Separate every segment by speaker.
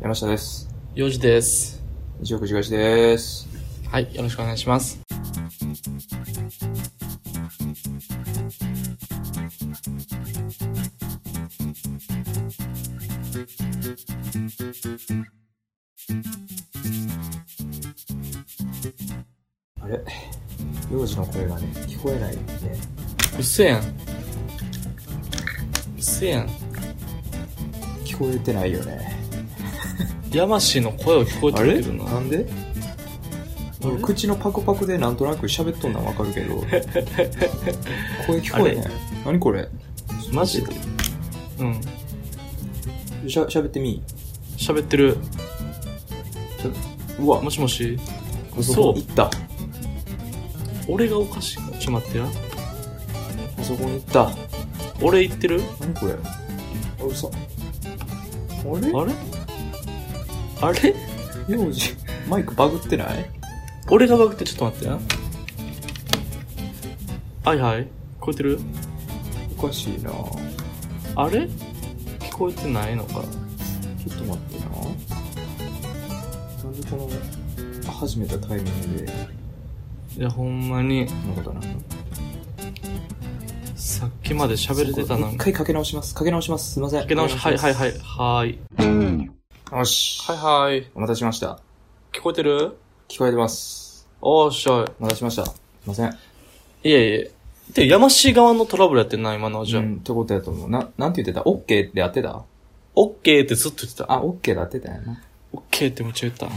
Speaker 1: 山下です。
Speaker 2: 4時です。
Speaker 1: 西岡東です。
Speaker 2: はい、よろしくお願いします。
Speaker 1: あれ幼児の声がね、聞こえないね。
Speaker 2: うっせやん。うっせやん。
Speaker 1: 聞こえてないよね。
Speaker 2: 山氏の声を聞こえてくるな。
Speaker 1: なんで
Speaker 2: あれ
Speaker 1: 俺口のパクパクでなんとなく喋っとんのはわかる けど、声聞こえない。何これ
Speaker 2: マジでうん。
Speaker 1: しゃ喋ってみ
Speaker 2: 喋ってる。
Speaker 1: うわ、
Speaker 2: もしもし
Speaker 1: そ。
Speaker 2: そう
Speaker 1: 行った。
Speaker 2: 俺がおかしいかちょっと待ってや。
Speaker 1: パソコン行った。
Speaker 2: 俺言ってる
Speaker 1: 何これあ、うさ。あ
Speaker 2: あれあれ
Speaker 1: れ幼児、マイクバグってない
Speaker 2: 俺がバグってちょっと待ってや。はいはい。聞こえてる
Speaker 1: おかしいなぁ。
Speaker 2: あれ聞こえてないのか。
Speaker 1: ちょっと待ってな。なんでこの、始めたタイミングで、
Speaker 2: いや、ほんまに、
Speaker 1: こんなことな。
Speaker 2: さっきまで喋れてたの
Speaker 1: 一
Speaker 2: に。
Speaker 1: 回かけ直します。かけ直します。すいません。
Speaker 2: かけ直し、はいはいはい。。はーい。
Speaker 1: よし。
Speaker 2: はいはい。
Speaker 1: お待たせしました。
Speaker 2: 聞こえてる
Speaker 1: 聞こえてます。
Speaker 2: おーっしゃ
Speaker 1: お待たせしました。すいません。
Speaker 2: い。いえいえ。て、山氏側のトラブルやってんな、今のはじゃあ。
Speaker 1: うん、ってことやと思う。な、なんて言ってたオッケーでやってた
Speaker 2: オッケーってずっと言ってた。
Speaker 1: あ、オッケーでやってたんやな。
Speaker 2: オッケーってめっちゃ言った。は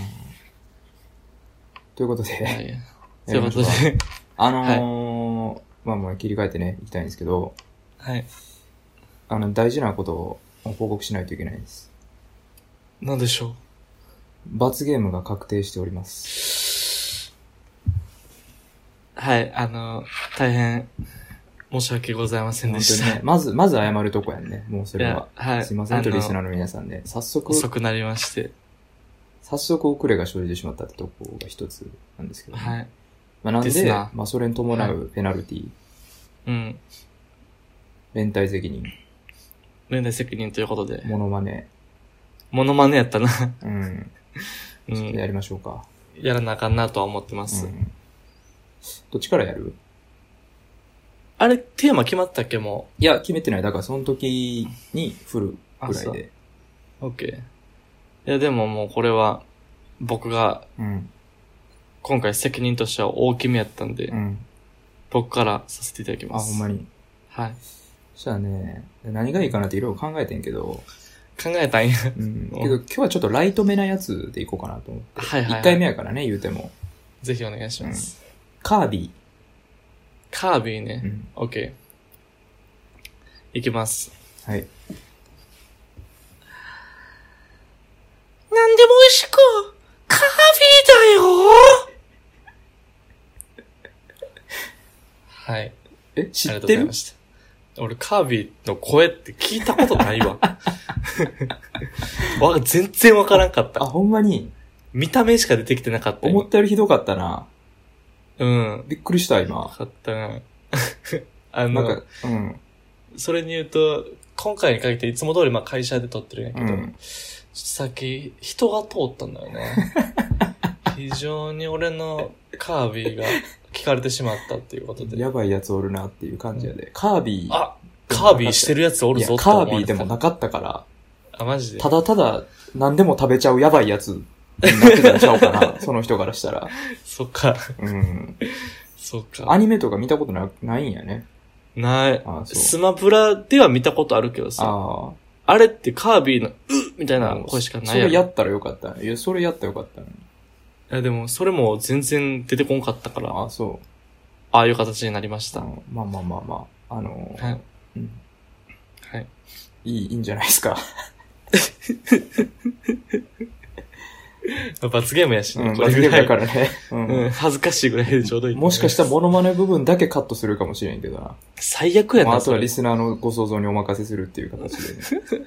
Speaker 1: ということで、
Speaker 2: い。
Speaker 1: や
Speaker 2: とい
Speaker 1: り
Speaker 2: う
Speaker 1: ま
Speaker 2: こ
Speaker 1: し
Speaker 2: と
Speaker 1: ょう
Speaker 2: で。
Speaker 1: あのー、まあもう切り替えてね、いきたいんですけど、
Speaker 2: はい。
Speaker 1: あの、大事なことを報告しないといけないんです。
Speaker 2: なんでしょ
Speaker 1: 罰ゲームが確定しております。
Speaker 2: う。はい、あの、大変、申し訳ございません
Speaker 1: 本
Speaker 2: で
Speaker 1: 当に
Speaker 2: した。
Speaker 1: ね、 まず、まず謝るとこやんね。もうそ
Speaker 2: い
Speaker 1: れは
Speaker 2: や。はい。
Speaker 1: すいません、
Speaker 2: あ
Speaker 1: とリスナ
Speaker 2: の、
Speaker 1: ーの皆さんね。早速、
Speaker 2: 遅くなりまして。
Speaker 1: 早速遅れが生じてしまったってとこが一つなんですけど、
Speaker 2: はい。
Speaker 1: まあ、なんで
Speaker 2: ですな
Speaker 1: まあ、それに伴
Speaker 2: は
Speaker 1: うペナルティ、
Speaker 2: うん。
Speaker 1: 連帯責任、
Speaker 2: 連帯責任ということで。
Speaker 1: モノマネ、
Speaker 2: モノマネやったな。
Speaker 1: うん、
Speaker 2: う
Speaker 1: ちょっとや
Speaker 2: ん。
Speaker 1: りましょうか。
Speaker 2: やらなあかんなとは思ってま
Speaker 1: う
Speaker 2: す。
Speaker 1: んどっちからやる
Speaker 2: あれ、テーマ決まったっけ、も
Speaker 1: いや、決めてない。だから、その時に振るぐらいで。
Speaker 2: う。オッケー。いや、でももうこれは、僕が
Speaker 1: うん。
Speaker 2: 今回責任としては大きめやったんで、
Speaker 1: うん。
Speaker 2: 僕からさせていただきま
Speaker 1: あ、
Speaker 2: す。
Speaker 1: ほんまに。
Speaker 2: はい。
Speaker 1: そしたらね、何がいいかなっていろいろ考えてんけ ど、
Speaker 2: 考えたんや。
Speaker 1: うん。
Speaker 2: お
Speaker 1: けど、今日はちょっとライトめなやつでいこうかなと思って。
Speaker 2: はいはい、はい。
Speaker 1: 1回目。やからね、言うても。
Speaker 2: ぜひお願いします。
Speaker 1: カービ
Speaker 2: カービィ
Speaker 1: ィ。
Speaker 2: ね。
Speaker 1: ん。
Speaker 2: オッケー。いきます。
Speaker 1: はい。
Speaker 2: なんでも美味しく、カービィだよ はい。
Speaker 1: え、知
Speaker 2: あり
Speaker 1: って
Speaker 2: がとうござい
Speaker 1: る
Speaker 2: ました。俺、カービィの声って聞いたことな いわ。わ全然わからんかっ
Speaker 1: あ、
Speaker 2: た。
Speaker 1: ほんまに、
Speaker 2: 見た目しか出てきてなかった。
Speaker 1: 思
Speaker 2: 今
Speaker 1: ったよりひどかったな。
Speaker 2: うん。
Speaker 1: びっくりした、今
Speaker 2: わ。かったな。 あ
Speaker 1: なん
Speaker 2: の
Speaker 1: か、、うん。
Speaker 2: それに言うと、今回に限っていつも通りまあ会社で撮ってるんやけ
Speaker 1: う
Speaker 2: ど、
Speaker 1: ん。
Speaker 2: さっき人が通ったんだよ ね。非常に俺のカービィが聞かれてしまったっていうことで。
Speaker 1: やばいやつおるなっていう感じやで。カービィ。
Speaker 2: あ、カービィしてるやつお
Speaker 1: い
Speaker 2: る
Speaker 1: や
Speaker 2: ぞって思
Speaker 1: カ
Speaker 2: わ
Speaker 1: ービィ
Speaker 2: れ
Speaker 1: で
Speaker 2: て
Speaker 1: も
Speaker 2: た。
Speaker 1: なかったから、
Speaker 2: あ、マジで
Speaker 1: た。だただ何でも食べちゃうやばいやつになってたんちゃうか な、その人からしたら。
Speaker 2: そっか。
Speaker 1: うん。
Speaker 2: そっか。
Speaker 1: アニメとか見たことなないんやね。
Speaker 2: ない。
Speaker 1: あそう
Speaker 2: スマブラでは見たことあるけどさ、あ
Speaker 1: あ
Speaker 2: れってカービィの、うっみたい
Speaker 1: あ。
Speaker 2: な声しかな
Speaker 1: そ
Speaker 2: いや
Speaker 1: れや
Speaker 2: ろ。
Speaker 1: ったらよかった。いや、それやったらよかったのに。
Speaker 2: いや、でも、それも全然出てこんかったから、あ
Speaker 1: あそ
Speaker 2: あいう形になりまし
Speaker 1: う。
Speaker 2: た。
Speaker 1: あ
Speaker 2: は
Speaker 1: のまあまあまあまあ。あのう
Speaker 2: い。
Speaker 1: ん
Speaker 2: はい。
Speaker 1: いい、いいんじゃないですか。
Speaker 2: 罰ゲームやし
Speaker 1: う
Speaker 2: ね。
Speaker 1: ん、
Speaker 2: これ
Speaker 1: 罰
Speaker 2: ぐ
Speaker 1: ゲーム
Speaker 2: らい
Speaker 1: やからね。うん
Speaker 2: うん、恥ずかしいぐらいでちょうどいい。
Speaker 1: もしかしたらモノマネ部分だけカットするかもしれんけどな。
Speaker 2: 最悪や
Speaker 1: まあ、
Speaker 2: な、
Speaker 1: あと
Speaker 2: そ
Speaker 1: は
Speaker 2: れ
Speaker 1: リ。スナーのご想像にお任せするっていう形で、ね。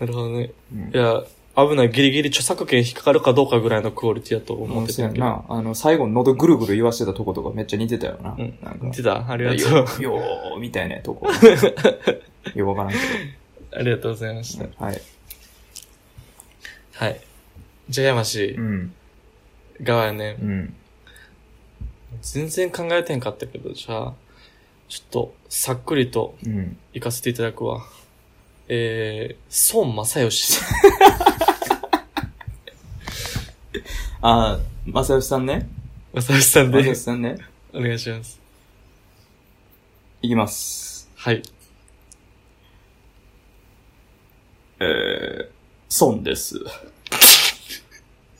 Speaker 2: なるほどね。
Speaker 1: うん
Speaker 2: いや、危ない、ギリギリ著作権引っかかるかどうかぐらいのクオリティやと思
Speaker 1: も
Speaker 2: っ
Speaker 1: う
Speaker 2: て
Speaker 1: そうや
Speaker 2: た
Speaker 1: ん
Speaker 2: けど。
Speaker 1: な。あの、最後の喉ぐるぐる言わしてたとことかめっちゃ似てたよな。
Speaker 2: うん
Speaker 1: なんか
Speaker 2: 言ってたありが
Speaker 1: よ
Speaker 2: とう。
Speaker 1: ー、よーみ たいなとこ。よくわからんけ
Speaker 2: ありがとうございました。
Speaker 1: ど。はい。
Speaker 2: はい。じゃがやまし
Speaker 1: うん。
Speaker 2: い側やねん。
Speaker 1: うん。
Speaker 2: 全然考えてんかったけど、じゃあ、ちょっと、さっくりと
Speaker 1: うん。
Speaker 2: 行かせていただくわ。えー、孫正義。
Speaker 1: あー、まさよしさんね。
Speaker 2: 正義さん
Speaker 1: まさよ
Speaker 2: で
Speaker 1: し、さんね。
Speaker 2: お願いします。
Speaker 1: いきます。
Speaker 2: はい。
Speaker 1: えー、孫です。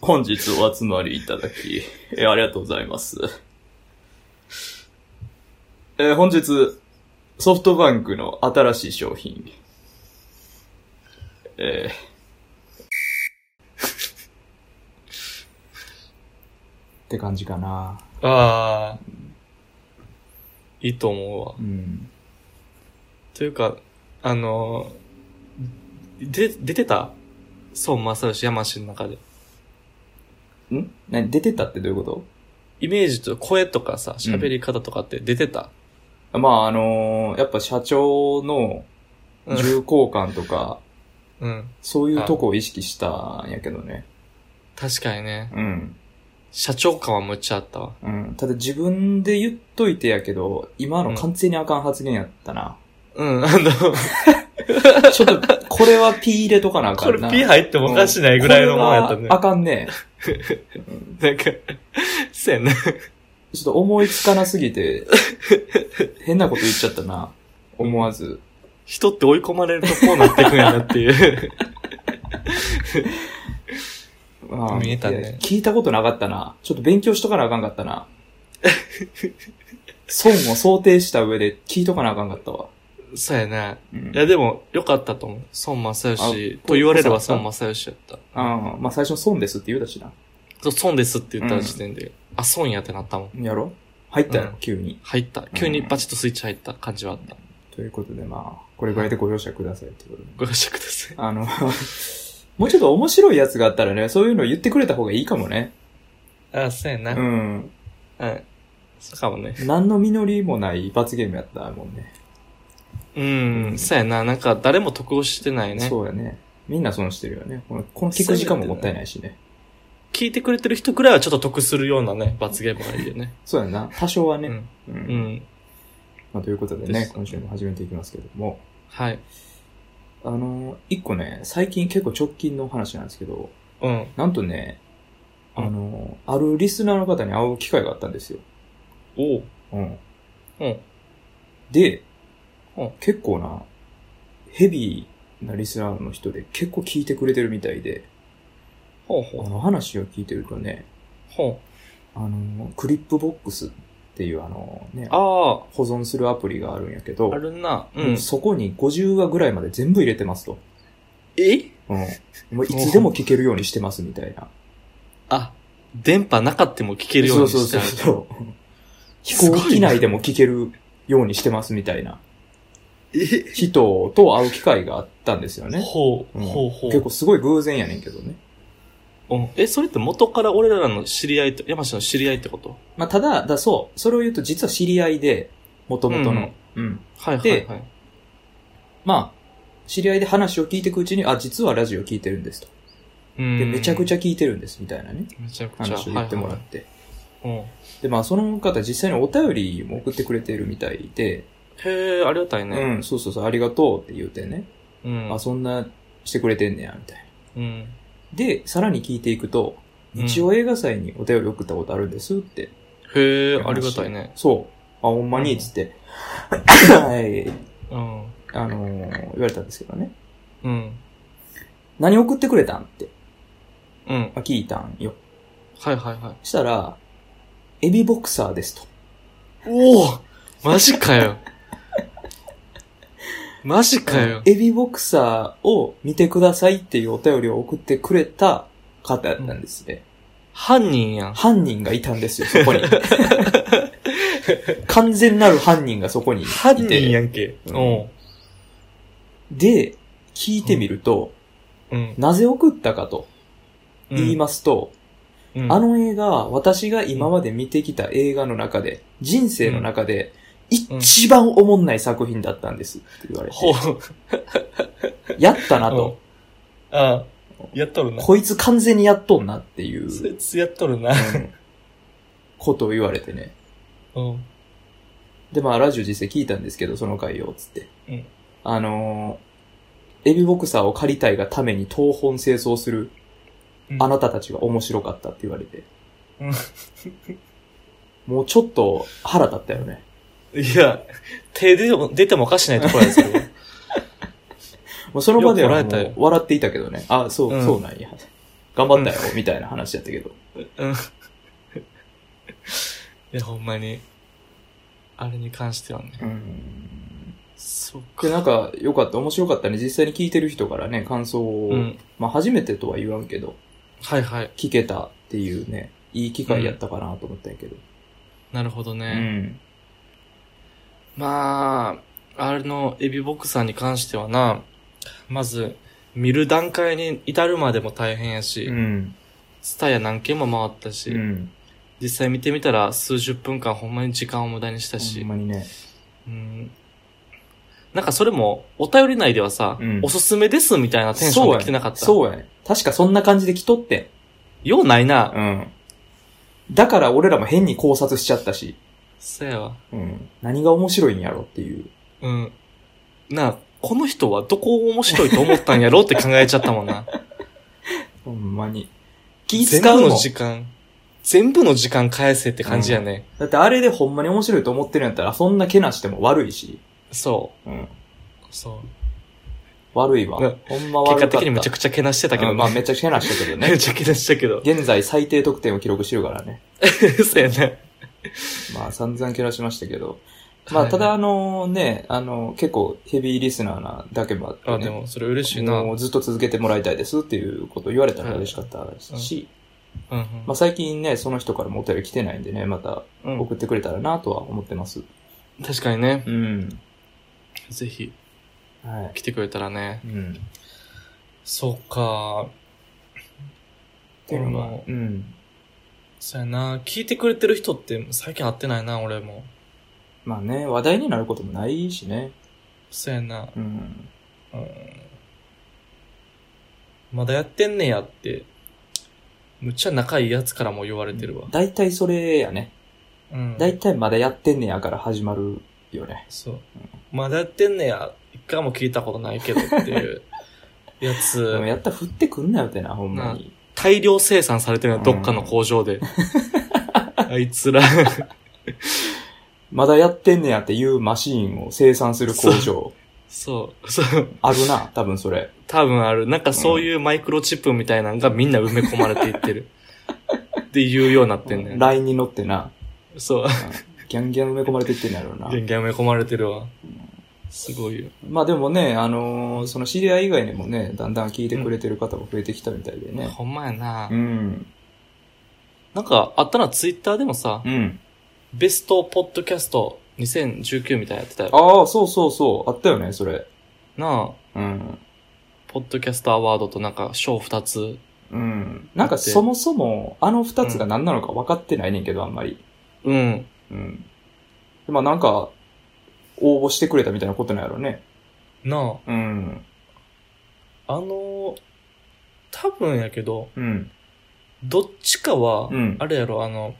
Speaker 1: 本日お集まりいただき、えーありがとうございます。えー本日、ソフトバンクの新しい商品、えーって感じかな。
Speaker 2: あー、いいと思うわ。
Speaker 1: うん。
Speaker 2: というか、あのー、で、出てた孫正義山氏の中で。
Speaker 1: ん何出てったってどういうこ
Speaker 2: イメージと声とかさ、喋り方とかって出てた、
Speaker 1: とまあ、あのーやっぱ社長の
Speaker 2: うん
Speaker 1: 重厚感とか、
Speaker 2: うん。
Speaker 1: そういうとこを意識したんやけどね。
Speaker 2: 確かにね。
Speaker 1: うん。
Speaker 2: 社長感はむっちゃあったわ。
Speaker 1: うん。ただ自分で言っといてやけど、今
Speaker 2: う
Speaker 1: の
Speaker 2: ん
Speaker 1: 完全にあかん発言やった な。
Speaker 2: うん、あの、
Speaker 1: ちょっと、これは P 入れとかなあか
Speaker 2: これ
Speaker 1: んな。
Speaker 2: ピー入ってもおかしないぐらいのもんやった
Speaker 1: こ
Speaker 2: ね
Speaker 1: れ。はあかんね。
Speaker 2: なんか、そうやな。
Speaker 1: ちょっと思いつかなすぎて、変なこと言っちゃったな。思わず。
Speaker 2: 人って追い込まれるとこうなっていくんやなって いう。
Speaker 1: まあ
Speaker 2: 見えたね
Speaker 1: いや聞いたことなかったな。ちょっと勉強しとかなあかんかったな。損を想定した上で聞いとかなあかんかったわ。
Speaker 2: そうやな。
Speaker 1: うん
Speaker 2: いや、でも、良かったと思う。孫正義と言われれば孫正義やった。
Speaker 1: ああ、まあ最初損ですって言うだしな。
Speaker 2: そう、孫ですって言った時点で、あ、孫やってなったもん。
Speaker 1: やろ入ったよ、
Speaker 2: うん
Speaker 1: 急に。
Speaker 2: 入った。急にバチッとスイッチ入った感じはあった。
Speaker 1: ということでまあ、これぐらいでご容赦くださいってことで。
Speaker 2: ご了承ください。
Speaker 1: あの、 もうちょっと面白いやつがあったらね、そういうの言ってくれた方がいいかもね。
Speaker 2: あ、そうやな。
Speaker 1: う
Speaker 2: うん。
Speaker 1: ん。
Speaker 2: そうかもね。
Speaker 1: 何の実りもない罰ゲームやったもんね。
Speaker 2: うん、そうやな。なんか、誰も得をしてないね。
Speaker 1: そうやね。みんな損してるよね。このこの聞く時間ももったいないしね。
Speaker 2: 聞いてくれてる人くらいはちょっと得するようなね、罰ゲームがいいよね。
Speaker 1: そうやな。多少は
Speaker 2: う
Speaker 1: ね。
Speaker 2: ん。
Speaker 1: うん。
Speaker 2: うん。
Speaker 1: まあ、ということで
Speaker 2: で
Speaker 1: ね
Speaker 2: す、
Speaker 1: 今週も始めていきますけれども。
Speaker 2: はい。
Speaker 1: あの、一個ね、最近結構直近の話なんですけど、
Speaker 2: うん。
Speaker 1: なんとね、あの、あるリスナーの方に会う機会があったんですよ。
Speaker 2: おう。
Speaker 1: うん。
Speaker 2: うん。
Speaker 1: で、
Speaker 2: うん
Speaker 1: 結構な、ヘビーなリスナーの人で結構聞いてくれてるみたいで、
Speaker 2: ほう
Speaker 1: あ
Speaker 2: ほう。
Speaker 1: の話を聞いてるとね、
Speaker 2: ほ
Speaker 1: あの、クリップボックスっていうあのね
Speaker 2: う。、あ
Speaker 1: 保存するアプリがあるんやけど
Speaker 2: あ、あ、るな。うん。
Speaker 1: そこに50話ぐらいまで全部入れてますと。
Speaker 2: え
Speaker 1: うん。もういつでも聞けるようにしてますみたいな。
Speaker 2: あ、電波なかっても聞けるよう
Speaker 1: そう
Speaker 2: に
Speaker 1: そう
Speaker 2: して
Speaker 1: そう
Speaker 2: ある。
Speaker 1: そう。飛
Speaker 2: すごいね
Speaker 1: 行機内でも聞けるようにしてますみたいな
Speaker 2: え
Speaker 1: 人と会う機会があったんですよね。
Speaker 2: ほう、
Speaker 1: うん
Speaker 2: ほうほう。
Speaker 1: 結構すごい偶然やねんけどね。
Speaker 2: うんえ、それって元から俺らの知り合いと、山下の知り合いってこと
Speaker 1: まあ、ただ、だそう、それを言うと実は知り合いで、元々の。うん、
Speaker 2: はいは
Speaker 1: で
Speaker 2: いはい。
Speaker 1: まあ、知り合いで話を聞いていくうちに、あ、実はラジオ聞いてるんですと。で、
Speaker 2: で
Speaker 1: めちゃくち
Speaker 2: ゃ。
Speaker 1: ゃ聞いてるんです、みたいなね、
Speaker 2: めちゃくちゃ。
Speaker 1: 話を言ってもらっ
Speaker 2: は
Speaker 1: て。
Speaker 2: いはいはいうん
Speaker 1: で、まあ、その方実際にお便りも送ってくれてるみたいで、
Speaker 2: へえ、ありがたいうね。
Speaker 1: ん、そうそうそう、ありがとうって言うてね、
Speaker 2: うん
Speaker 1: あ、そんなしてくれてんねや、みたいな。
Speaker 2: うん。
Speaker 1: で、さらに聞いていくと、
Speaker 2: うん
Speaker 1: 日曜映画祭にお便り送ったことあるんですって。
Speaker 2: へえ、ありがたいね。
Speaker 1: そう。あ、ほんまに、つって。 はい。
Speaker 2: うん。
Speaker 1: あのー言われたんですけどね。
Speaker 2: うん。
Speaker 1: 何送ってくれたんって
Speaker 2: うん。
Speaker 1: あ聞いたんよ。
Speaker 2: はいはいはい。
Speaker 1: したら、エビボクサーですと。
Speaker 2: おおマジかよ。マジかよ。
Speaker 1: エビボクサーを見てくださいっていうお便りを送ってくれた方だったんですね。
Speaker 2: 犯人やん。
Speaker 1: 犯人がいたんですよ、そこ に。完全なる犯人がそこにいて。
Speaker 2: 犯人やんけ。うん。
Speaker 1: で、聞いてみると、
Speaker 2: うん。
Speaker 1: なぜ送ったかと言いますと、
Speaker 2: うん
Speaker 1: あ、の映画、私が今まで見てきた映画の中で、人生の中で、一番おもんない作品だったんですって言われて、
Speaker 2: ほう。
Speaker 1: やったなと。
Speaker 2: うん。あやっとるな。
Speaker 1: こいつ完全にやっとんなっていう、
Speaker 2: そいつやっとるな。
Speaker 1: うんことを言われてね。
Speaker 2: うん。
Speaker 1: で、まあ、ラジオ実際聞いたんですけど、その回を、つって。
Speaker 2: うん
Speaker 1: あのーエビボクサーを借りたいがために東本清掃するあなたたちが面白かったって言われて。
Speaker 2: うん
Speaker 1: もうちょっと腹立ったよね。
Speaker 2: いや、手出ても出てもおかしないところです けど。
Speaker 1: もうその場では
Speaker 2: よく
Speaker 1: も
Speaker 2: 笑えた
Speaker 1: う
Speaker 2: よ
Speaker 1: 笑っていたけどね。あ、そう、
Speaker 2: うん
Speaker 1: そうなんや。頑張ったよ、みたいな話やったけど。
Speaker 2: うん。いや、ほんまに。あれに関してはね。
Speaker 1: うん。
Speaker 2: そっ
Speaker 1: で、
Speaker 2: か。
Speaker 1: なんか、よかった、面白かったね。実際に聞いてる人からね、感想を、
Speaker 2: うん。
Speaker 1: まあ、初めてとは言わんけど、
Speaker 2: はいはい。
Speaker 1: 聞けたっていうね、いい機会やったかなと思ったんやけど。
Speaker 2: なるほど
Speaker 1: う
Speaker 2: ね。
Speaker 1: ん。
Speaker 2: まあ、あれのエビボクサーに関してはな、まず、見る段階に至るまでも大変やし、
Speaker 1: うん。
Speaker 2: スタヤ何件も回ったし、
Speaker 1: うん。
Speaker 2: 実際見てみたら数十分間ほんまに時間を無駄にした
Speaker 1: ほん
Speaker 2: し、
Speaker 1: まにね。
Speaker 2: うん。なんかそれも、お便り内ではさ、
Speaker 1: うん
Speaker 2: おすすめですみたいなテンションが来てなかった。
Speaker 1: そうやね。そうやね確かそんな感じで来とってん。
Speaker 2: ようないな。
Speaker 1: うん。だから俺らも変に考察しちゃったし、
Speaker 2: そやわ。
Speaker 1: うん。何が面白いんやろっていう。
Speaker 2: うん。なあ、この人はどこを面白いと思ったんやろうって考えちゃったもん な。
Speaker 1: ほんまに。気使
Speaker 2: 全
Speaker 1: う
Speaker 2: 部
Speaker 1: も
Speaker 2: の
Speaker 1: ん。
Speaker 2: 時間、全部の時間返せって感じやね。
Speaker 1: だってあれでほんまに面白いと思ってるんやったら、そんなけなしても悪いし。
Speaker 2: そ
Speaker 1: うん。
Speaker 2: う。そ
Speaker 1: 悪いわ
Speaker 2: うん。
Speaker 1: ほんま
Speaker 2: う。
Speaker 1: 悪か
Speaker 2: 結果
Speaker 1: った。
Speaker 2: 的にめちゃくちゃけなしてたけど、
Speaker 1: うんまあ
Speaker 2: め
Speaker 1: めちゃくちゃけなしたけど
Speaker 2: め
Speaker 1: ね。
Speaker 2: ちゃけなしたけど。
Speaker 1: 現在最低得点を記録してるからね。
Speaker 2: そうやね。
Speaker 1: まあ散々けなしましたけど。まあただあ
Speaker 2: はい、
Speaker 1: のね、あの、結構ヘビーリスナーなだけもあって、ね。
Speaker 2: あ、でもそれ嬉しいな。う
Speaker 1: も
Speaker 2: ん
Speaker 1: うずっと続けてもらいたいですっていうことを言われたら嬉しかったし、
Speaker 2: うん。
Speaker 1: まあ、最近ね、その人からもお便り来てないんでね、また
Speaker 2: うん
Speaker 1: 送ってくれたらなとは思ってます。
Speaker 2: 確かにね。
Speaker 1: うん。
Speaker 2: ぜひ
Speaker 1: は
Speaker 2: 来てくれたらね
Speaker 1: い。。うん。っ
Speaker 2: そうか。
Speaker 1: ていうの
Speaker 2: 俺
Speaker 1: が
Speaker 2: も、
Speaker 1: うん。
Speaker 2: そうやな。聞いてくれてる人って最近会ってないな、俺も。
Speaker 1: まあね、話題になることもないしね。
Speaker 2: そうやな。
Speaker 1: うん。
Speaker 2: うんまだやってんねやって、むっちゃ仲いいやつからも言われてるわ。
Speaker 1: 大体それやね。
Speaker 2: うん。
Speaker 1: 大体まだやってんねやから始まるよね。
Speaker 2: そう。まだやってんねや、一回も聞いたことないけどって いうや
Speaker 1: でも
Speaker 2: つ、
Speaker 1: やったら振ってくんなよってな、ほんまに。
Speaker 2: 大量生産されてるのどっかの工場で。 あい つら、
Speaker 1: まだやってんねやっていうマシーンを生産する工場。
Speaker 2: そう、そう、
Speaker 1: あるな、多分それ。
Speaker 2: 多分ある。なんかそういうマイクロチップみたいなのがみんな埋め込まれていって る。っていうようになってんねん。
Speaker 1: ラインに乗ってな。
Speaker 2: そう。
Speaker 1: ギャンギャン埋め込まれていってんやろうな。
Speaker 2: 電源埋め込まれてるわ。すごいよ。
Speaker 1: まあでもね、あのーその知り合い以外にもね、だんだん聞いてくれてる方が増えてきたみたいでね。
Speaker 2: ほんまやな
Speaker 1: う。ん。
Speaker 2: なんか、あったな、ツイッターでもさ
Speaker 1: う、ん。
Speaker 2: ベストポッドキャスト2019みたいなのやってたよ。
Speaker 1: ああ、そうそうそう。あったよね、それ。
Speaker 2: なあ、
Speaker 1: うん。
Speaker 2: ポッドキャストアワードとなんか、賞二つ。
Speaker 1: うん。なんかそもそも、あの二つが何なのか分かってないねんけど、あんまり。
Speaker 2: うん。
Speaker 1: うん。でまあなんか、応募してくれたみたいなことなんやろね。
Speaker 2: な
Speaker 1: うん。
Speaker 2: あ、あのー多分やけど、
Speaker 1: うん。
Speaker 2: どっちかは、
Speaker 1: うん
Speaker 2: あれやろ、あの、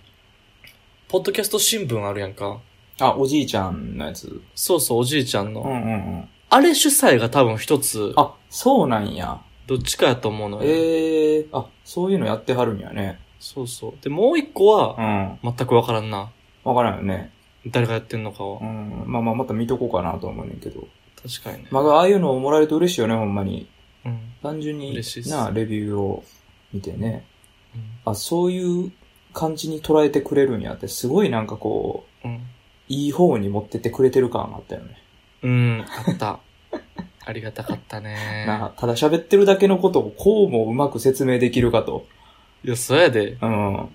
Speaker 2: ポッドキャスト新聞あるやんか。
Speaker 1: あ、おじいちゃんのやつ。
Speaker 2: そうそう、おじいちゃんの。
Speaker 1: うんうんうん。
Speaker 2: あれ主催が多分一つ、
Speaker 1: あ、そうなんや。
Speaker 2: どっちかやと思うのよ。
Speaker 1: ええー、あ、そういうのやってはるんやね。
Speaker 2: そうそう。で、もう一個
Speaker 1: う
Speaker 2: は、
Speaker 1: ん。
Speaker 2: 全くわからんな。
Speaker 1: わからんよね。
Speaker 2: 誰がやってんのか
Speaker 1: う
Speaker 2: は。
Speaker 1: ん、まあまあまた見とこうかなと思うねんけど。
Speaker 2: 確かにね。
Speaker 1: まあああいうのをもらえると嬉しいよね、ほんまに。
Speaker 2: うん。
Speaker 1: 単純に
Speaker 2: 嬉しいっす
Speaker 1: な、レビューを見てね。
Speaker 2: うん
Speaker 1: あ、そういう感じに捉えてくれるんやって、すごいなんかこう、
Speaker 2: うん。
Speaker 1: いい方に持ってってくれてる感があったよね。
Speaker 2: うん、あった。 ありがたかったね。
Speaker 1: なんか、ただ喋ってるだけのことをこうもうまく説明できるかと。
Speaker 2: いや、そやで。
Speaker 1: うん。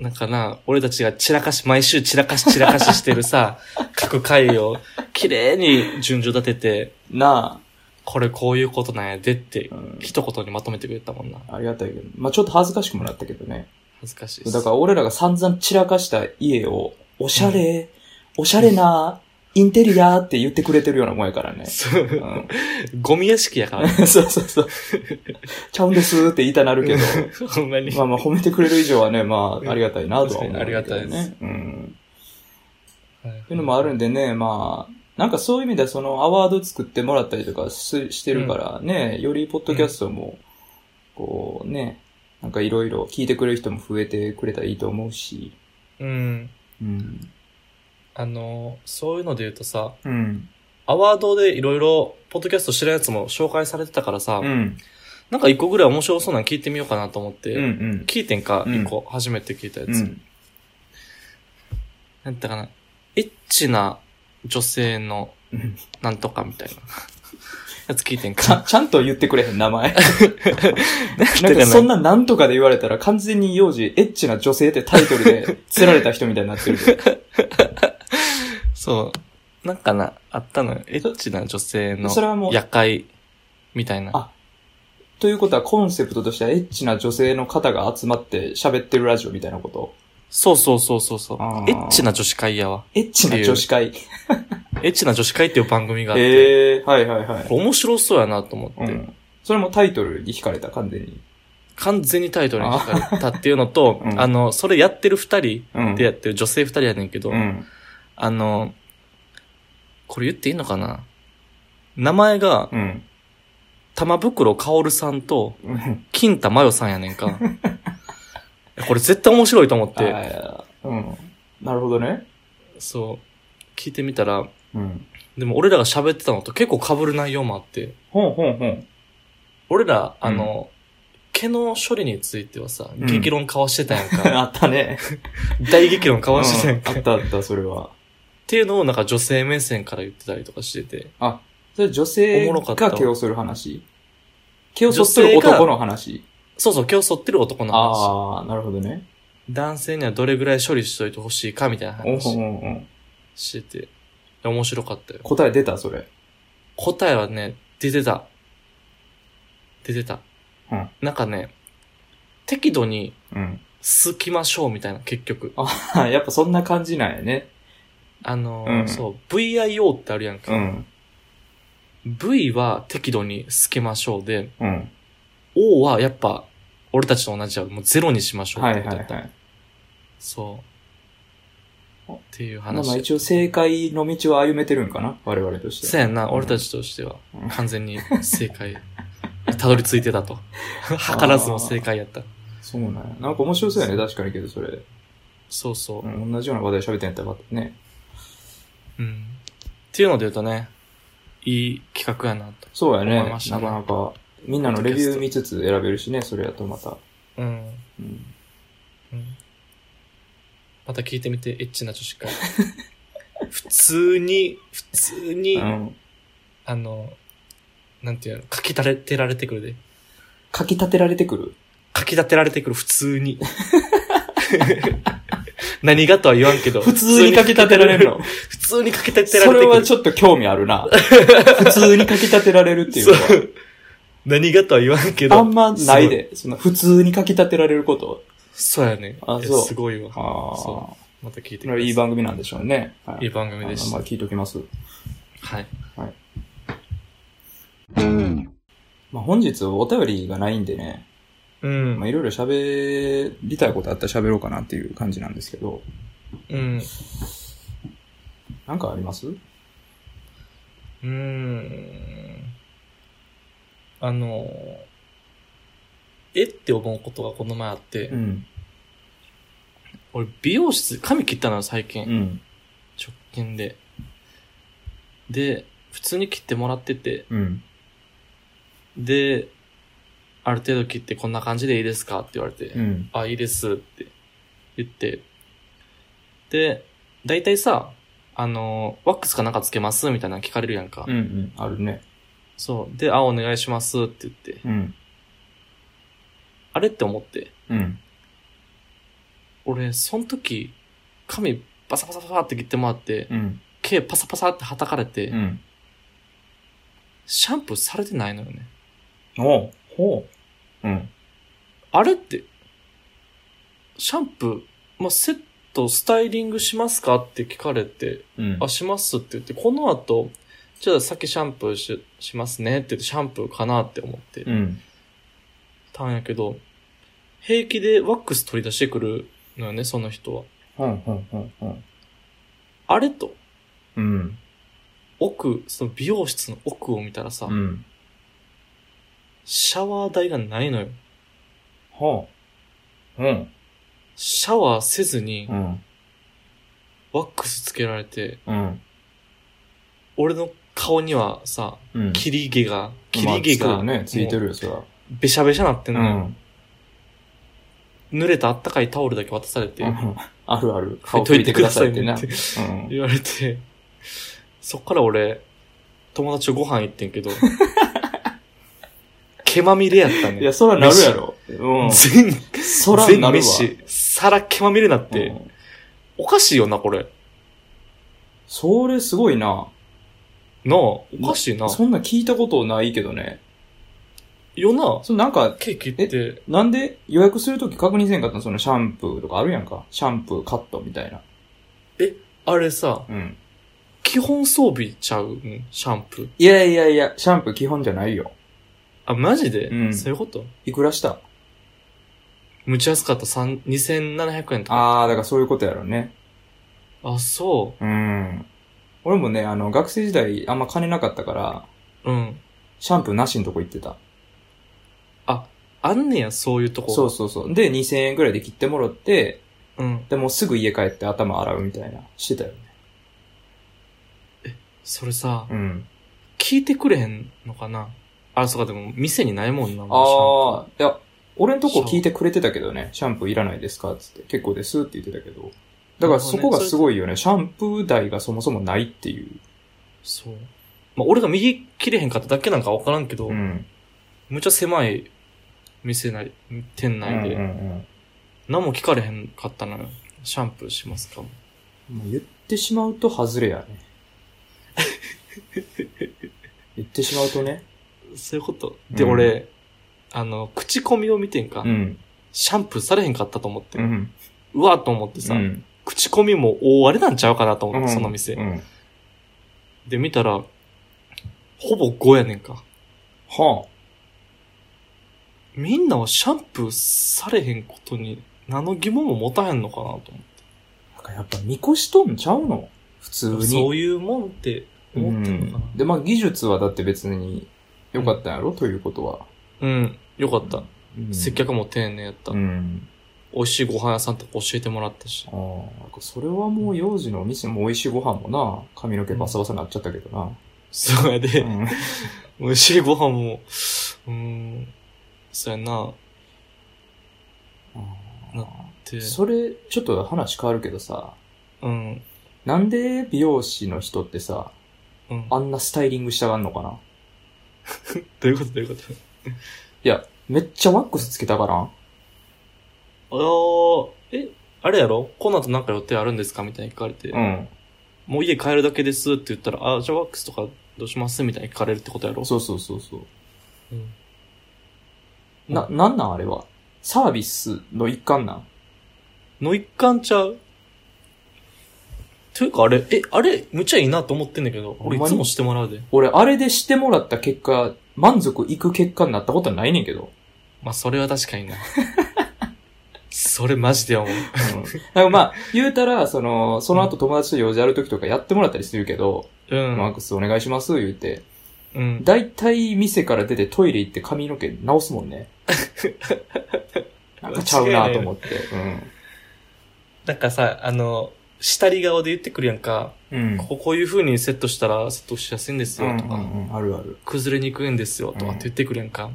Speaker 2: なんかな、俺たちが散らかし、毎週散らかし散らかししてるさ、 各回を、綺麗に順序立てて、
Speaker 1: な
Speaker 2: これこういうことなんやでって
Speaker 1: あ、う、ん、
Speaker 2: 一言にまとめてくれたもんな。
Speaker 1: ありがたいけど。まあちょっと恥ずかしくもなったけどね。
Speaker 2: 恥ずかしいっす
Speaker 1: だから俺らが散々散らかした家を、おしゃれ、おしゃれなインテリアって言ってくれてるようなもんやからね。
Speaker 2: そう
Speaker 1: う。ん
Speaker 2: ゴミ屋敷やからね。
Speaker 1: そうそうそう。ちゃうんですって言いたなるけど。
Speaker 2: ほんまに。
Speaker 1: まあまあ褒めてくれる以上はね、ま
Speaker 2: うん
Speaker 1: あありがたいなとは思う、ね。
Speaker 2: 確かにありがたいです。
Speaker 1: うん。
Speaker 2: はい
Speaker 1: っていうのもあるんでね、まあ、なんかそういう意味ではそのアワード作ってもらったりとかししてるからね、よりポッドキャストも、こうね、なんかいろいろ聞いてくれる人も増えてくれたらいいと思うし。
Speaker 2: うん。
Speaker 1: うん。
Speaker 2: あの、そういうので言うとさ、
Speaker 1: うん。
Speaker 2: アワードでいろいろ、ポッドキャスト知らんやつも紹介されてたからさ、
Speaker 1: うん。
Speaker 2: なんか一個ぐらい面白そうなの聞いてみようかなと思って、
Speaker 1: うん。うん。
Speaker 2: 聞いてんか、
Speaker 1: うん
Speaker 2: 一個、初めて聞いたやつ。
Speaker 1: うん。
Speaker 2: なんてかな、エッチな女性の
Speaker 1: うん、
Speaker 2: なんとかみたいな、やつ聞いてん
Speaker 1: ちゃ
Speaker 2: か。
Speaker 1: ちゃんと言ってくれへん、名前。
Speaker 2: な
Speaker 1: なんんか
Speaker 2: てか
Speaker 1: そん
Speaker 2: な、
Speaker 1: ななんとかで言われたら完全に幼児エッチな女性ってタイトル で釣られた人みたいになってるけど。
Speaker 2: そう、なんかな、あったのよ。エッチな女性の
Speaker 1: それはもう
Speaker 2: 夜会みたいな。
Speaker 1: あということはコンセプトとしてはエッチな女性の方が集まって喋ってるラジオみたいなこと。
Speaker 2: そうそうそうそうそう
Speaker 1: あ。ー
Speaker 2: エッチな女子会やわ。
Speaker 1: エッチな女子会。
Speaker 2: エッチな女子会っていう番組があって、
Speaker 1: へえー、はいはいはい。
Speaker 2: これ面白そうやなと思って、
Speaker 1: うん。それもタイトルに惹かれた、完全に。
Speaker 2: 完全にタイトルに惹かれたっていうのと、
Speaker 1: うん
Speaker 2: あの、それやってる二人
Speaker 1: うん。
Speaker 2: でやってる女性二人やねんけど、
Speaker 1: うん。
Speaker 2: あの、これ言っていいのかな名前が、
Speaker 1: うん。
Speaker 2: 玉袋かおるさんと、
Speaker 1: うん。
Speaker 2: 金太まよさんやね んか。これ絶対面白いと思っ
Speaker 1: あ
Speaker 2: て、
Speaker 1: ーうん。なるほどね。
Speaker 2: そう、聞いてみたら、
Speaker 1: うん。
Speaker 2: でも俺らが喋ってたのと結構被る内容もあって、
Speaker 1: ほんほんほん。
Speaker 2: 俺ら、あの、毛の処理についてはさ、
Speaker 1: うん
Speaker 2: 激論交わしてたやん か。
Speaker 1: あったね。
Speaker 2: 大激論交
Speaker 1: うんあ
Speaker 2: わ
Speaker 1: っ
Speaker 2: してたやんか。った
Speaker 1: あった、それは。
Speaker 2: ていうのをなんか女性目線から言ってたりとかしてて、
Speaker 1: それ女性
Speaker 2: おもろかった
Speaker 1: が毛を剃る話。毛を剃ってる
Speaker 2: 女性が
Speaker 1: 男の話。
Speaker 2: そうそう、毛を剃ってる男の話。
Speaker 1: ああ、なるほどね。
Speaker 2: 男性にはどれぐらい処理しといてほしいかみたいな
Speaker 1: おんお
Speaker 2: 話
Speaker 1: んおん
Speaker 2: してて、いや面白かったよ。
Speaker 1: 答え出た、それ。
Speaker 2: 答えはね、出てた。出てた。
Speaker 1: うん
Speaker 2: なんかね、適度に
Speaker 1: うん。
Speaker 2: すきましょうみたいな、結局。
Speaker 1: やっぱそんな感じなんやね。
Speaker 2: あのー
Speaker 1: うん
Speaker 2: そう、VIO ってあるやんか。
Speaker 1: ん。
Speaker 2: V は適度にすきましょうで、
Speaker 1: うん。
Speaker 2: O はやっぱ、俺たちと同じや。もうゼロにしましょうっ
Speaker 1: は
Speaker 2: て
Speaker 1: い
Speaker 2: こ
Speaker 1: は
Speaker 2: と
Speaker 1: い
Speaker 2: やった
Speaker 1: はい。
Speaker 2: そう。っていう
Speaker 1: まあまあ
Speaker 2: 話。
Speaker 1: 一応正解の道は歩めてるんかな我々として。
Speaker 2: そうやんな、
Speaker 1: ん
Speaker 2: 俺たちとしては
Speaker 1: うん、
Speaker 2: 完全に正解、 たどり着いて たと。図らずも正解やった。
Speaker 1: そうなんや。なんか面白そうやね、確かにけど、それ。
Speaker 2: そうそうう。
Speaker 1: ん同じような話題喋ってんやったらよかったね。
Speaker 2: うん。っていうので言うとね、いい企画やなと。
Speaker 1: そうやね。
Speaker 2: 思いました
Speaker 1: な
Speaker 2: ね
Speaker 1: かなか、みんなのレビュー見つつ選べるしね、それやとまた。
Speaker 2: うん。
Speaker 1: うん。
Speaker 2: うんまた聞いてみて、エッチな女 子会。普通に、普通に、
Speaker 1: うん。
Speaker 2: あの、なんていうの、かき立てられてくるで。
Speaker 1: かき立てられてくる
Speaker 2: かき立てられてくる、普通に。 何がとは言わんけど。
Speaker 1: 普通にかき立てられるの。
Speaker 2: 普通にかき立て
Speaker 1: そ
Speaker 2: られてくる。
Speaker 1: れはちょっと興味ある な。普通にかき立てられるっていうのは。
Speaker 2: そう何がとは言わんけど。
Speaker 1: あんまないで。その普通にかき立てられること。
Speaker 2: そうやね。
Speaker 1: あ
Speaker 2: いや
Speaker 1: そう
Speaker 2: すごいわ。
Speaker 1: あ
Speaker 2: そまた聞いてくだ
Speaker 1: あ。
Speaker 2: さい。
Speaker 1: いい番組なんでしょうね。はい
Speaker 2: いい番組でし
Speaker 1: あ
Speaker 2: た
Speaker 1: まあ。聞いときます。
Speaker 2: はい。
Speaker 1: まあ本日お便りがないんでね、
Speaker 2: うん
Speaker 1: まあ。いろいろ喋りたいことあったら喋ろうかなっていう感じなんですけど、
Speaker 2: うん。
Speaker 1: なんかあります
Speaker 2: うん。あの、えって思うことがこの前あって、
Speaker 1: うん。
Speaker 2: 俺美容室、髪切ったのよ最近、
Speaker 1: うん。
Speaker 2: 直近で。で、普通に切ってもらってて、
Speaker 1: うん。
Speaker 2: で、ある程度切ってこんな感じでいいですかって言われて、
Speaker 1: うん。
Speaker 2: あ、いいですって言って、で、大体さ、あの、ワックスかなんかつけますみたいなの聞かれるやんか。
Speaker 1: うん。うん。あるね。
Speaker 2: そう。で、あ、お願いしますって言って、
Speaker 1: うん。
Speaker 2: あれって思って、
Speaker 1: うん。
Speaker 2: 俺、その時、髪パサパサパサって切ってもらって、
Speaker 1: うん。
Speaker 2: 毛パサパサって叩かれて、
Speaker 1: うん。
Speaker 2: シャンプーされてないのよね。
Speaker 1: おうほう。うん。
Speaker 2: あれって、シャンプー、まあ、セッとスタイリングしますかって聞かれて、
Speaker 1: うん
Speaker 2: あ、。しますって言って、この後、じゃあさっきシャンプーししますねって言って、シャンプーかなって思って
Speaker 1: うん。
Speaker 2: たんやけど、平気でワックス取り出してくるのよね、その人は。
Speaker 1: うん、うん、うん、うん。
Speaker 2: あれと、
Speaker 1: うん。
Speaker 2: 奥、その美容室の奥を見たらさ、
Speaker 1: うん。
Speaker 2: シャワー台がないのよ。
Speaker 1: はあ。うん。
Speaker 2: シャワーせずに
Speaker 1: う、ん。
Speaker 2: ワックスつけられて、
Speaker 1: うん。
Speaker 2: 俺の顔にはさ、
Speaker 1: うん。
Speaker 2: 切り毛が、切り毛
Speaker 1: まあつ
Speaker 2: が、
Speaker 1: くよね、ついて
Speaker 2: も
Speaker 1: るよ、そら。
Speaker 2: うべしゃべしゃなってん
Speaker 1: う
Speaker 2: のよ。
Speaker 1: ん。
Speaker 2: 濡れたあったかいタオルだけ渡されて、
Speaker 1: うんあるある。
Speaker 2: 拭
Speaker 1: 顔
Speaker 2: いと
Speaker 1: 拭
Speaker 2: い
Speaker 1: いて
Speaker 2: てく
Speaker 1: く
Speaker 2: だ
Speaker 1: だ
Speaker 2: さ
Speaker 1: さ
Speaker 2: い
Speaker 1: い
Speaker 2: っ
Speaker 1: ってて
Speaker 2: な
Speaker 1: な。うん。
Speaker 2: 言われて、そっから俺、友達とご飯行ってん けど、毛まみれやったね。
Speaker 1: いや、そらなるやろ。うん。
Speaker 2: 全、
Speaker 1: そら
Speaker 2: 全
Speaker 1: なるわ。
Speaker 2: 飯、皿毛まみれなっ
Speaker 1: う
Speaker 2: て、
Speaker 1: ん
Speaker 2: おかしいよな、これ。
Speaker 1: それすごいな。
Speaker 2: なあ、おかしいな。
Speaker 1: そんな聞いたことないけどね。
Speaker 2: よな、
Speaker 1: そのなんか、
Speaker 2: ケーキって、
Speaker 1: なんで予約するとき確認せんかったのそのシャンプーとかあるやんか。シャンプー、カットみたいな。
Speaker 2: あれさ、
Speaker 1: うん。
Speaker 2: 基本装備ちゃうんシャンプー。
Speaker 1: いやいやいや、シャンプー基本じゃないよ。
Speaker 2: あ、マジで、
Speaker 1: うん
Speaker 2: そういうこと
Speaker 1: いくらした
Speaker 2: むちゃ安かった三2700円とか。
Speaker 1: あー、だからそういうことやろね。
Speaker 2: あ、そ
Speaker 1: うん。俺もね、あの、学生時代あんま金なかったから、
Speaker 2: う。うん。
Speaker 1: シャンプーなしのとこ行ってた。
Speaker 2: あんねや、そういうとこ。
Speaker 1: そうそうそう。で、2000円ぐらいで切ってもらって、
Speaker 2: う。うん。
Speaker 1: でもうすぐ家帰って頭洗うみたいな、してたよね。
Speaker 2: それさ、
Speaker 1: うん。
Speaker 2: 聞いてくれへんのかなあ、そうか、でも、店にないもんな、も
Speaker 1: あー、いや、俺んとこ聞いてくれてたけどね、シャンプーいらないですかつって、結構ですって言ってたけど。だからそこがすごいよね。シャンプー台がそもそもないっていう。
Speaker 2: うシャンプーそう。まあ、俺が右切れへんかっただけなんかわからんけど、
Speaker 1: うん。
Speaker 2: むちゃ狭い店内、店
Speaker 1: うん
Speaker 2: 内
Speaker 1: うんう
Speaker 2: で、
Speaker 1: ん。
Speaker 2: 何も聞かれへんかったのよ。シャンプーしますか
Speaker 1: もう言ってしまうと外れや ね。言ってしまうとね。
Speaker 2: そういうこと。で、
Speaker 1: うん
Speaker 2: 俺、あの、口コミを見てんか、
Speaker 1: うん。
Speaker 2: シャンプーされへんかったと思って、
Speaker 1: う。
Speaker 2: うんわーと思ってさ、
Speaker 1: うん。
Speaker 2: 口コミも大荒れなんちゃうかなと思って、その店。
Speaker 1: うん。
Speaker 2: で、見たら、ほぼ5やねんか。
Speaker 1: は
Speaker 2: みんなはシャンプーされへんことに何の疑問も持たへんのかなと思って。
Speaker 1: あ。なんかやっぱ見越しとんちゃうの普通に。
Speaker 2: そういうもんって思ってんのかな。
Speaker 1: で、まあ技術はだって別に良かったんやろ、ということは。
Speaker 2: うん、よかった。
Speaker 1: うん
Speaker 2: 接客も丁寧やった。
Speaker 1: うん。
Speaker 2: 美味しいご飯屋さんとか教えてもらったし
Speaker 1: あ。あ、それはもう幼児のお店も美味しいご飯もな、髪の毛バサバサになっちゃったけどな。
Speaker 2: そうやで、
Speaker 1: うん
Speaker 2: 美味しいご飯も、うーん、そうやな、なって、
Speaker 1: それ、ちょっと話変わるけどさ、
Speaker 2: うん、
Speaker 1: なんで美容師の人ってさ、
Speaker 2: うん。
Speaker 1: あんなスタイリングしたがんのかな
Speaker 2: どういうことどういうこ
Speaker 1: いや、めっちゃワックスつけたからん
Speaker 2: とあー、え、あれやろこの後なんか予定あるんですかみたいに聞かれて、
Speaker 1: うん。
Speaker 2: もう家帰るだけですって言ったら、あ、じゃあワックスとかどうしますみたいに聞かれるってことやろ
Speaker 1: そうそうそうそう。
Speaker 2: うん。
Speaker 1: な、なんなんあれはサービスの一環なん
Speaker 2: の一環ちゃうというかあれ、え、あれ、むちゃいいなと思ってんだけど、俺い
Speaker 1: ほんま
Speaker 2: つ
Speaker 1: に
Speaker 2: もしてもらうで。
Speaker 1: 俺、あれでしてもらった結果、満足いく結果になったことはないねんけど。
Speaker 2: まあ、それは確か にな。それマジで思う。
Speaker 1: うん。 だからまあ、言うたら、その、その後友達と用事ある時とかやってもらったりするけど、
Speaker 2: うん。
Speaker 1: マックスお願いします、言うて。
Speaker 2: うん。
Speaker 1: だいたい店から出てトイレ行って髪の毛直すもん ね。なんかちゃうなと思って。
Speaker 2: なんかさ、あの、下り顔で言ってくるやんか、
Speaker 1: うん。うん。
Speaker 2: こここういう風にセットしたらセットしやすいんです
Speaker 1: うん
Speaker 2: よとか、
Speaker 1: うんうん、あるある。
Speaker 2: 崩れにくいんですよと
Speaker 1: う
Speaker 2: かっ
Speaker 1: ん
Speaker 2: て言ってくるやんか。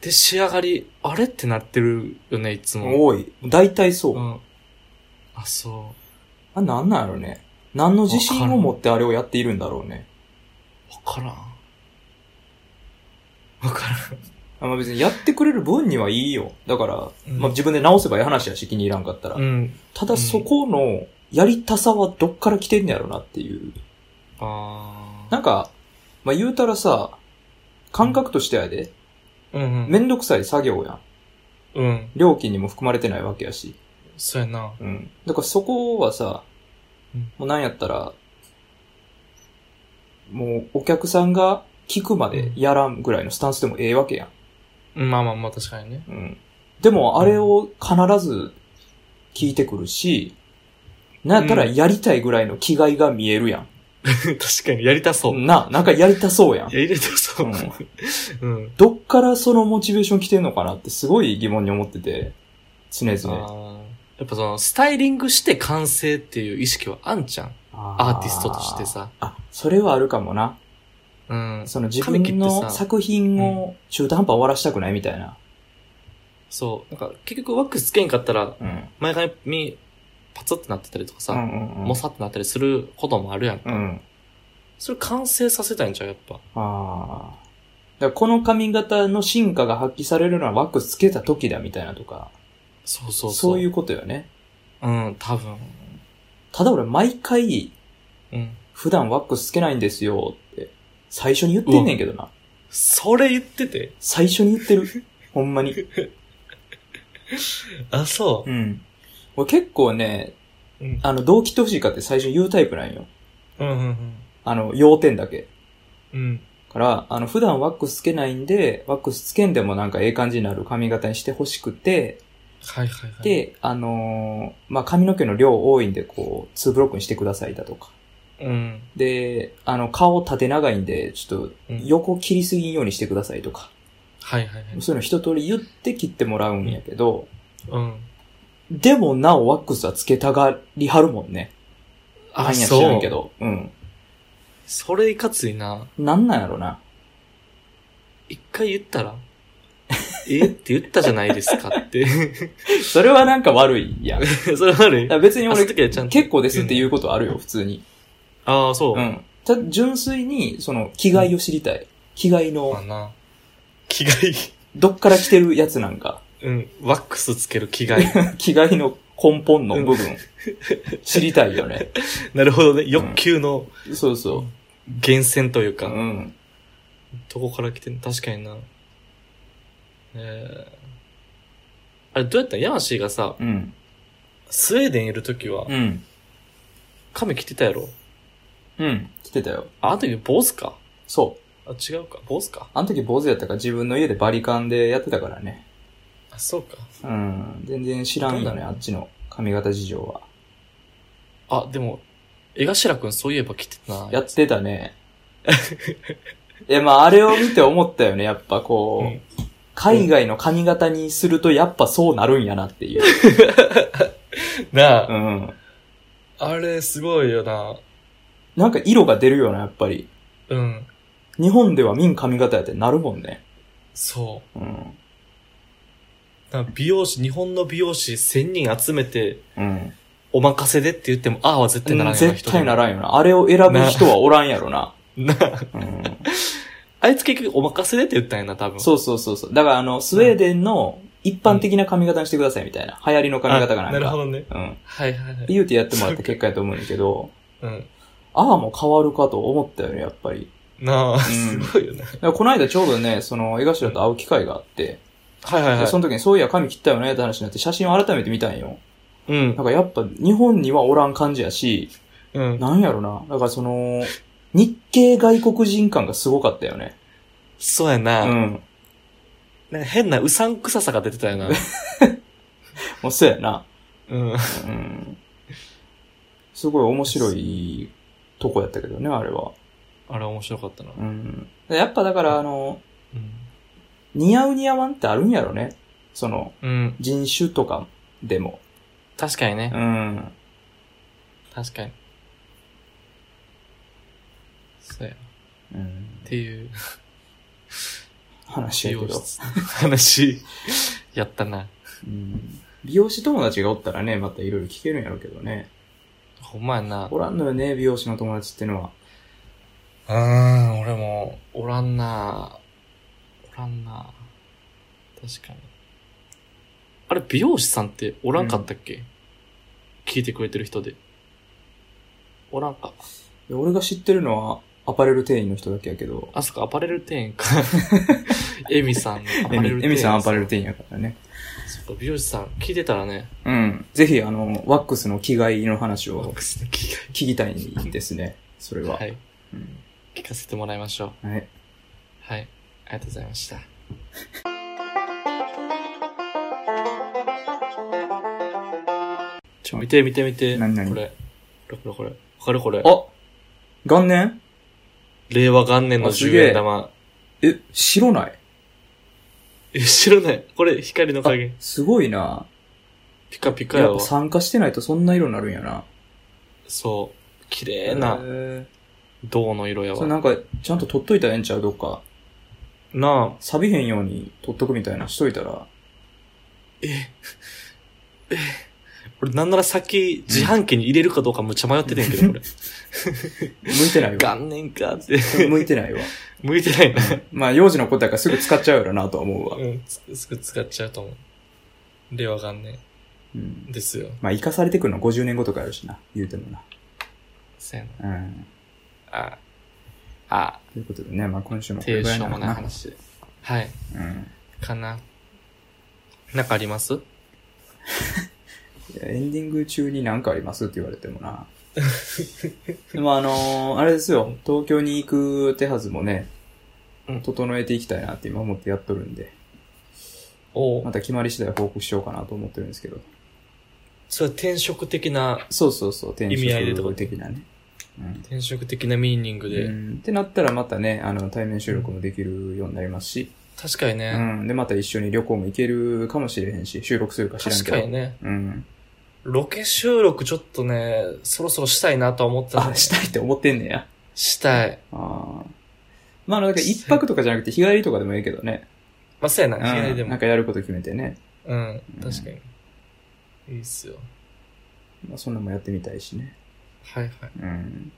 Speaker 2: で、仕上がり、あれってなってるよね、いつも。
Speaker 1: 多い。だいたいそうう。
Speaker 2: ん。あ、そ
Speaker 1: あ、なんなんやろね。何の自信を持ってあれをやっているんだろうね。
Speaker 2: う。わからん。わからん。
Speaker 1: あまあ別にやってくれる分にはいいよ。だから、
Speaker 2: うん
Speaker 1: まあ自分で直せばいい話やし、気に入らんかったら。
Speaker 2: うん。
Speaker 1: ただそこのやりたさはどっから来てんねやろなっていう。
Speaker 2: あ
Speaker 1: なんか、まあ言うたらさ、感覚としてやで、
Speaker 2: うんうん。
Speaker 1: めんどくさい作業やん。
Speaker 2: うん。
Speaker 1: 料金にも含まれてないわけやし。
Speaker 2: そうやな。
Speaker 1: うん。だからそこはさ
Speaker 2: うん、
Speaker 1: もうなんやったら、もうお客さんが聞くまでやらんぐらいのスタンスでもええわけやん。
Speaker 2: まあまあまあ確かにね。
Speaker 1: うん。でも、あれを必ず聞いてくるし、なんやったらやりたいぐらいの気概が見えるやん。
Speaker 2: 確かに、やりたそう。
Speaker 1: な、なんかやりたそうやん。
Speaker 2: やりたそうう。
Speaker 1: ん
Speaker 2: うん。
Speaker 1: どっからそのモチベーション来てんのかなってすごい疑問に思ってて、常
Speaker 2: あ
Speaker 1: 々。
Speaker 2: ーやっぱその、スタイリングして完成っていう意識はあんじゃん。アーティストとして。さ。
Speaker 1: あ、それはあるかもな。
Speaker 2: うん。
Speaker 1: その自
Speaker 2: 髪切
Speaker 1: 分
Speaker 2: ってさ
Speaker 1: の作品を中途半端終わらしたくないみたいな。
Speaker 2: そう。なんか、結局ワックスつけんかったら、
Speaker 1: うん。
Speaker 2: 前髪パツってなってたりとか
Speaker 1: う
Speaker 2: さ、
Speaker 1: んうんうん。
Speaker 2: もさってなったりすることもあるやん。
Speaker 1: うん。
Speaker 2: それ完成させたいんちゃうやっぱ。
Speaker 1: ああ。だからこの髪型の進化が発揮されるのはワックスつけた時だみたいなとか。
Speaker 2: そうそ
Speaker 1: そう
Speaker 2: そう。。
Speaker 1: ういううことよね。
Speaker 2: うん、多分。
Speaker 1: ただ俺毎回
Speaker 2: うん。
Speaker 1: 普段ワックスつけないんですよって最初に言ってんねんけどな。
Speaker 2: それ言ってて。
Speaker 1: 最初に言って る。ほんまに。
Speaker 2: あ、そ
Speaker 1: うん。俺結構ね、
Speaker 2: う。うん。
Speaker 1: あの、どう切ってほしいかって最初に言うタイプなんよ。
Speaker 2: うんうん
Speaker 1: あの、要点だけ。
Speaker 2: うん。うん。
Speaker 1: から、あの、普段ワックスつけないんで、ワックスつけんでもなんかええ感じになる髪型にしてほしくて、
Speaker 2: はいはいはい。、
Speaker 1: で、あのーまあ、髪の毛の量多いんで、こう、2ブロックにしてくださいだとか。
Speaker 2: うん。
Speaker 1: で、あの、顔縦長いんで、ちょっと、
Speaker 2: うん
Speaker 1: 横切りすぎんようにしてくださいとか。
Speaker 2: はいはいはい。
Speaker 1: そういうの一通り言って切ってもらうんやけど、
Speaker 2: うん。
Speaker 1: でもなおワックスはつけたがりはるもんね。なんや知らんけど。うん。
Speaker 2: そう。それいかついな。
Speaker 1: なんなんやろな。
Speaker 2: 一回言ったら えって言ったじゃないですかって。
Speaker 1: それはなんか悪いやん。だか
Speaker 2: それ悪い
Speaker 1: ら別に
Speaker 2: あ
Speaker 1: 俺
Speaker 2: その、時はちゃんと
Speaker 1: 結構ですっていうことあるよ、普通に。
Speaker 2: ああ、そう。
Speaker 1: うん。ただ純粋に、その、気概を知りたい。気概
Speaker 2: まあ
Speaker 1: の、
Speaker 2: な。着替
Speaker 1: どっから来てるやつなんか、
Speaker 2: え。うん。ワックスつける着替え。
Speaker 1: 気概の根本の 部分、知りたいよね。
Speaker 2: なるほどね。欲求の
Speaker 1: そうそ
Speaker 2: 源泉という
Speaker 1: う。
Speaker 2: か、
Speaker 1: うん。
Speaker 2: どこから来てんの確かにな。えー、あれ、どうやったんヤンシーがさ、
Speaker 1: うん。
Speaker 2: スウェーデンいるときは
Speaker 1: う、ん。
Speaker 2: 髪着てたやろ
Speaker 1: うん。来てたよ。
Speaker 2: あ、あの時坊主か
Speaker 1: そう。
Speaker 2: あ、違うか。坊主か。
Speaker 1: あの時坊主やったから自分の家でバリカンでやってたからね。
Speaker 2: あ、そうか。
Speaker 1: うん。全然知らんよね、あっちの髪型事情は。
Speaker 2: あ、でも、江頭くんそういえば着てたな。
Speaker 1: やってたね。 いや、まあ、あれを見て思ったよね、やっぱこう、
Speaker 2: うん
Speaker 1: 海外の髪型にするとやっぱそうなるんやなっていう。
Speaker 2: なあ、
Speaker 1: うん。
Speaker 2: あれすごいよな。
Speaker 1: なんか色が出るよな、やっぱり。
Speaker 2: うん。
Speaker 1: 日本では民髪型やってなるもんね。
Speaker 2: そ
Speaker 1: うん。
Speaker 2: う。なんか美容師、日本の美容師1000人集めて、
Speaker 1: うん。
Speaker 2: お任せでって言っても、ああは絶対ならんよな、
Speaker 1: 絶対な
Speaker 2: ら
Speaker 1: らんよな。あれを選ぶ人はおらんやろな。
Speaker 2: なあ。
Speaker 1: うん。
Speaker 2: あいつ結局お任せでって言ったんやな、多分。
Speaker 1: そうそうそうそう。だからあの、スウェーデンの一般的な髪型にしてくださいみたいな。流行りの髪型かなん
Speaker 2: あ
Speaker 1: か。
Speaker 2: なるほどね。
Speaker 1: うん。
Speaker 2: はいはいはい。
Speaker 1: 言うてやってもらった結果やと思うんだけど、
Speaker 2: うん。
Speaker 1: ああもう変わるかと思ったよね、やっぱり。
Speaker 2: なあ、
Speaker 1: ん
Speaker 2: すごいよね。
Speaker 1: だからこの間ちょうどね、その、江頭と会う機会があって、
Speaker 2: はいはい
Speaker 1: で
Speaker 2: はい
Speaker 1: そ。の時にそういや髪切ったよねって話になって写真を改めて見たんよ。
Speaker 2: うん
Speaker 1: な。んかやっぱ日本にはおらん感じやし、
Speaker 2: うん。
Speaker 1: なんやろな。だからその、日系外国人感がすごかったよね。
Speaker 2: そうや
Speaker 1: う
Speaker 2: な。
Speaker 1: ん。
Speaker 2: なんか変なうさんくささが出てたよ な。
Speaker 1: もうそうやな。
Speaker 2: うん。
Speaker 1: うん。すごい面白いとこやったけどね、あれは。
Speaker 2: あれ面白かったな。
Speaker 1: うん。やっぱだから、あの、
Speaker 2: うん。
Speaker 1: 似合う似合わんってあるんやろね。その、
Speaker 2: うん。
Speaker 1: 人種とかでも。
Speaker 2: 確かにね。
Speaker 1: うん。
Speaker 2: 確かに。そうや。っ
Speaker 1: うん、
Speaker 2: ていう
Speaker 1: 話
Speaker 2: 美
Speaker 1: やけ
Speaker 2: 容
Speaker 1: ど、
Speaker 2: 室の話、やったな。
Speaker 1: うん。美容師友達がおったらね、またいろいろ聞けるんやろうけどね。
Speaker 2: ほんまやな。
Speaker 1: おらんのよね、美容師の友達ってのは。
Speaker 2: うーん、俺も、おらんなおらんな確かに。あれ、美容師さんっておらんかったっけ、聞いてくれてる人で。おらんか。
Speaker 1: で俺が知ってるのは、アパレル店員の人だけやけど、
Speaker 2: あ、そっか、アパレル店員 か。エミさんのアパ
Speaker 1: エ
Speaker 2: レル店員
Speaker 1: ミエミさんアパレル店員やからね。
Speaker 2: そっか、美容師さん、聞いてたらね、
Speaker 1: うん。ぜひ、あの、ワックスの着替えの話
Speaker 2: ワッ
Speaker 1: を
Speaker 2: クスの着替
Speaker 1: 聞きたいんですね。それ
Speaker 2: え。
Speaker 1: は。
Speaker 2: はい。
Speaker 1: うん
Speaker 2: 聞かせてもらいましょう。
Speaker 1: はい。
Speaker 2: はい。ありがとうございました。ちょ、見て見て見て。
Speaker 1: 何々
Speaker 2: これ。これこれこれ。わかるこれ。
Speaker 1: あ元年
Speaker 2: 令和元年の
Speaker 1: あす
Speaker 2: 10
Speaker 1: げえ
Speaker 2: 円玉。
Speaker 1: え、白ない
Speaker 2: え、知らない。これ、光の加減。
Speaker 1: すごいな。
Speaker 2: ピカピカや
Speaker 1: やっ
Speaker 2: わ
Speaker 1: ぱ。酸化してないとそんな色になるんやな。
Speaker 2: そう。綺
Speaker 1: え
Speaker 2: 麗な
Speaker 1: ー
Speaker 2: 銅の色や
Speaker 1: それな
Speaker 2: わ。
Speaker 1: んか、ちゃんと取っといたらええんちゃうどっか。
Speaker 2: なあ。
Speaker 1: 錆びへんように取っとくみたいなのしといたら。
Speaker 2: 俺なんなら先、自販機に入れるかどうかむっちゃ迷っててんけど、これ。
Speaker 1: 向いてない わ。
Speaker 2: 元年かって。
Speaker 1: それ向いてないわ。
Speaker 2: 向いてないな。
Speaker 1: まあ、幼児の子だからすぐ使っちゃうよなとは思うわ。
Speaker 2: うん、すすぐ使っちゃうと思う。令和元年
Speaker 1: うん。
Speaker 2: ですよ。
Speaker 1: まあ、生かされてくるの50年後とかやるしな。言うてもな。
Speaker 2: せやな。
Speaker 1: うん。
Speaker 2: ああ、
Speaker 1: ということでね、まあ今週もこれ
Speaker 2: 提
Speaker 1: ぐらい
Speaker 2: 唱
Speaker 1: な
Speaker 2: も
Speaker 1: のか
Speaker 2: ない
Speaker 1: な。
Speaker 2: 話。はい。
Speaker 1: うん。
Speaker 2: かな。なんかあります
Speaker 1: いやエンディング中に何かありますって言われても な。でもあのーあれですよ、東京に行く手はずもね
Speaker 2: うん、
Speaker 1: 整えていきたいなって今思ってやっとるんで、
Speaker 2: お
Speaker 1: また決まり次第報告しようかなと思ってるんですけど。
Speaker 2: それは転職的な、
Speaker 1: そうそうそう、転
Speaker 2: 意味合いでってこと
Speaker 1: 職的なね。うん
Speaker 2: 転職的なミーニングで。
Speaker 1: うん。ってなったらまたね、あの、対面収録もできるようになりますし、
Speaker 2: 確かに
Speaker 1: う
Speaker 2: ね、
Speaker 1: ん。で、また一緒に旅行も行けるかもしれへんし、収録するか知らん
Speaker 2: 確
Speaker 1: けど。
Speaker 2: かにね、
Speaker 1: うん。
Speaker 2: ロケ収録ちょっとね、そろそろしたいなとは思ってたん
Speaker 1: あ、
Speaker 2: で
Speaker 1: したいって思ってんねや。
Speaker 2: したい。
Speaker 1: ああ。まあ、なんか一泊とかじゃなくて日帰りとかでもいいけどね。
Speaker 2: まあ、そうや
Speaker 1: う
Speaker 2: な、
Speaker 1: ん
Speaker 2: 日帰りで
Speaker 1: な
Speaker 2: も
Speaker 1: ん。かやること決めてね。
Speaker 2: うん、確かに。いいっすよ。
Speaker 1: まあ、そんなんもやってみたいしね。
Speaker 2: はいはい。
Speaker 1: うん。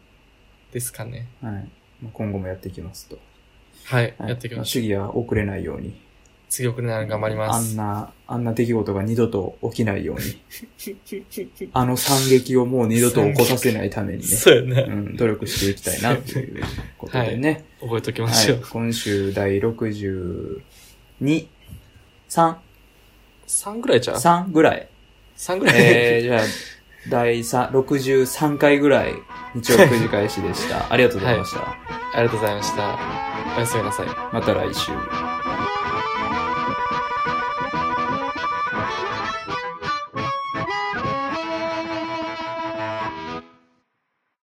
Speaker 2: ですかね。
Speaker 1: はい。まあ、今後もやっていきますと。
Speaker 2: はい、
Speaker 1: はい
Speaker 2: やっていき
Speaker 1: ま
Speaker 2: ま
Speaker 1: あ
Speaker 2: しょ
Speaker 1: 主義は遅れないように。
Speaker 2: う。次送るなら頑張りま
Speaker 1: あん
Speaker 2: す。
Speaker 1: な、あんな出来事が二度と起きないように。あの惨劇をもう二度と起こさせないためにね。
Speaker 2: そうや
Speaker 1: う
Speaker 2: な。
Speaker 1: ん、努力していきたいなということでね。
Speaker 2: 覚えときま
Speaker 1: は
Speaker 2: しょう。
Speaker 1: い。今週第62、3、
Speaker 2: 3ぐらいちゃう
Speaker 1: 3ぐらい。
Speaker 2: ?3 ぐらい、
Speaker 1: えー、じゃあ、第3 63回ぐらい、日曜9時開始でした。ありがとうございました。
Speaker 2: ありがとうございました。おやすみなさい。
Speaker 1: また来週。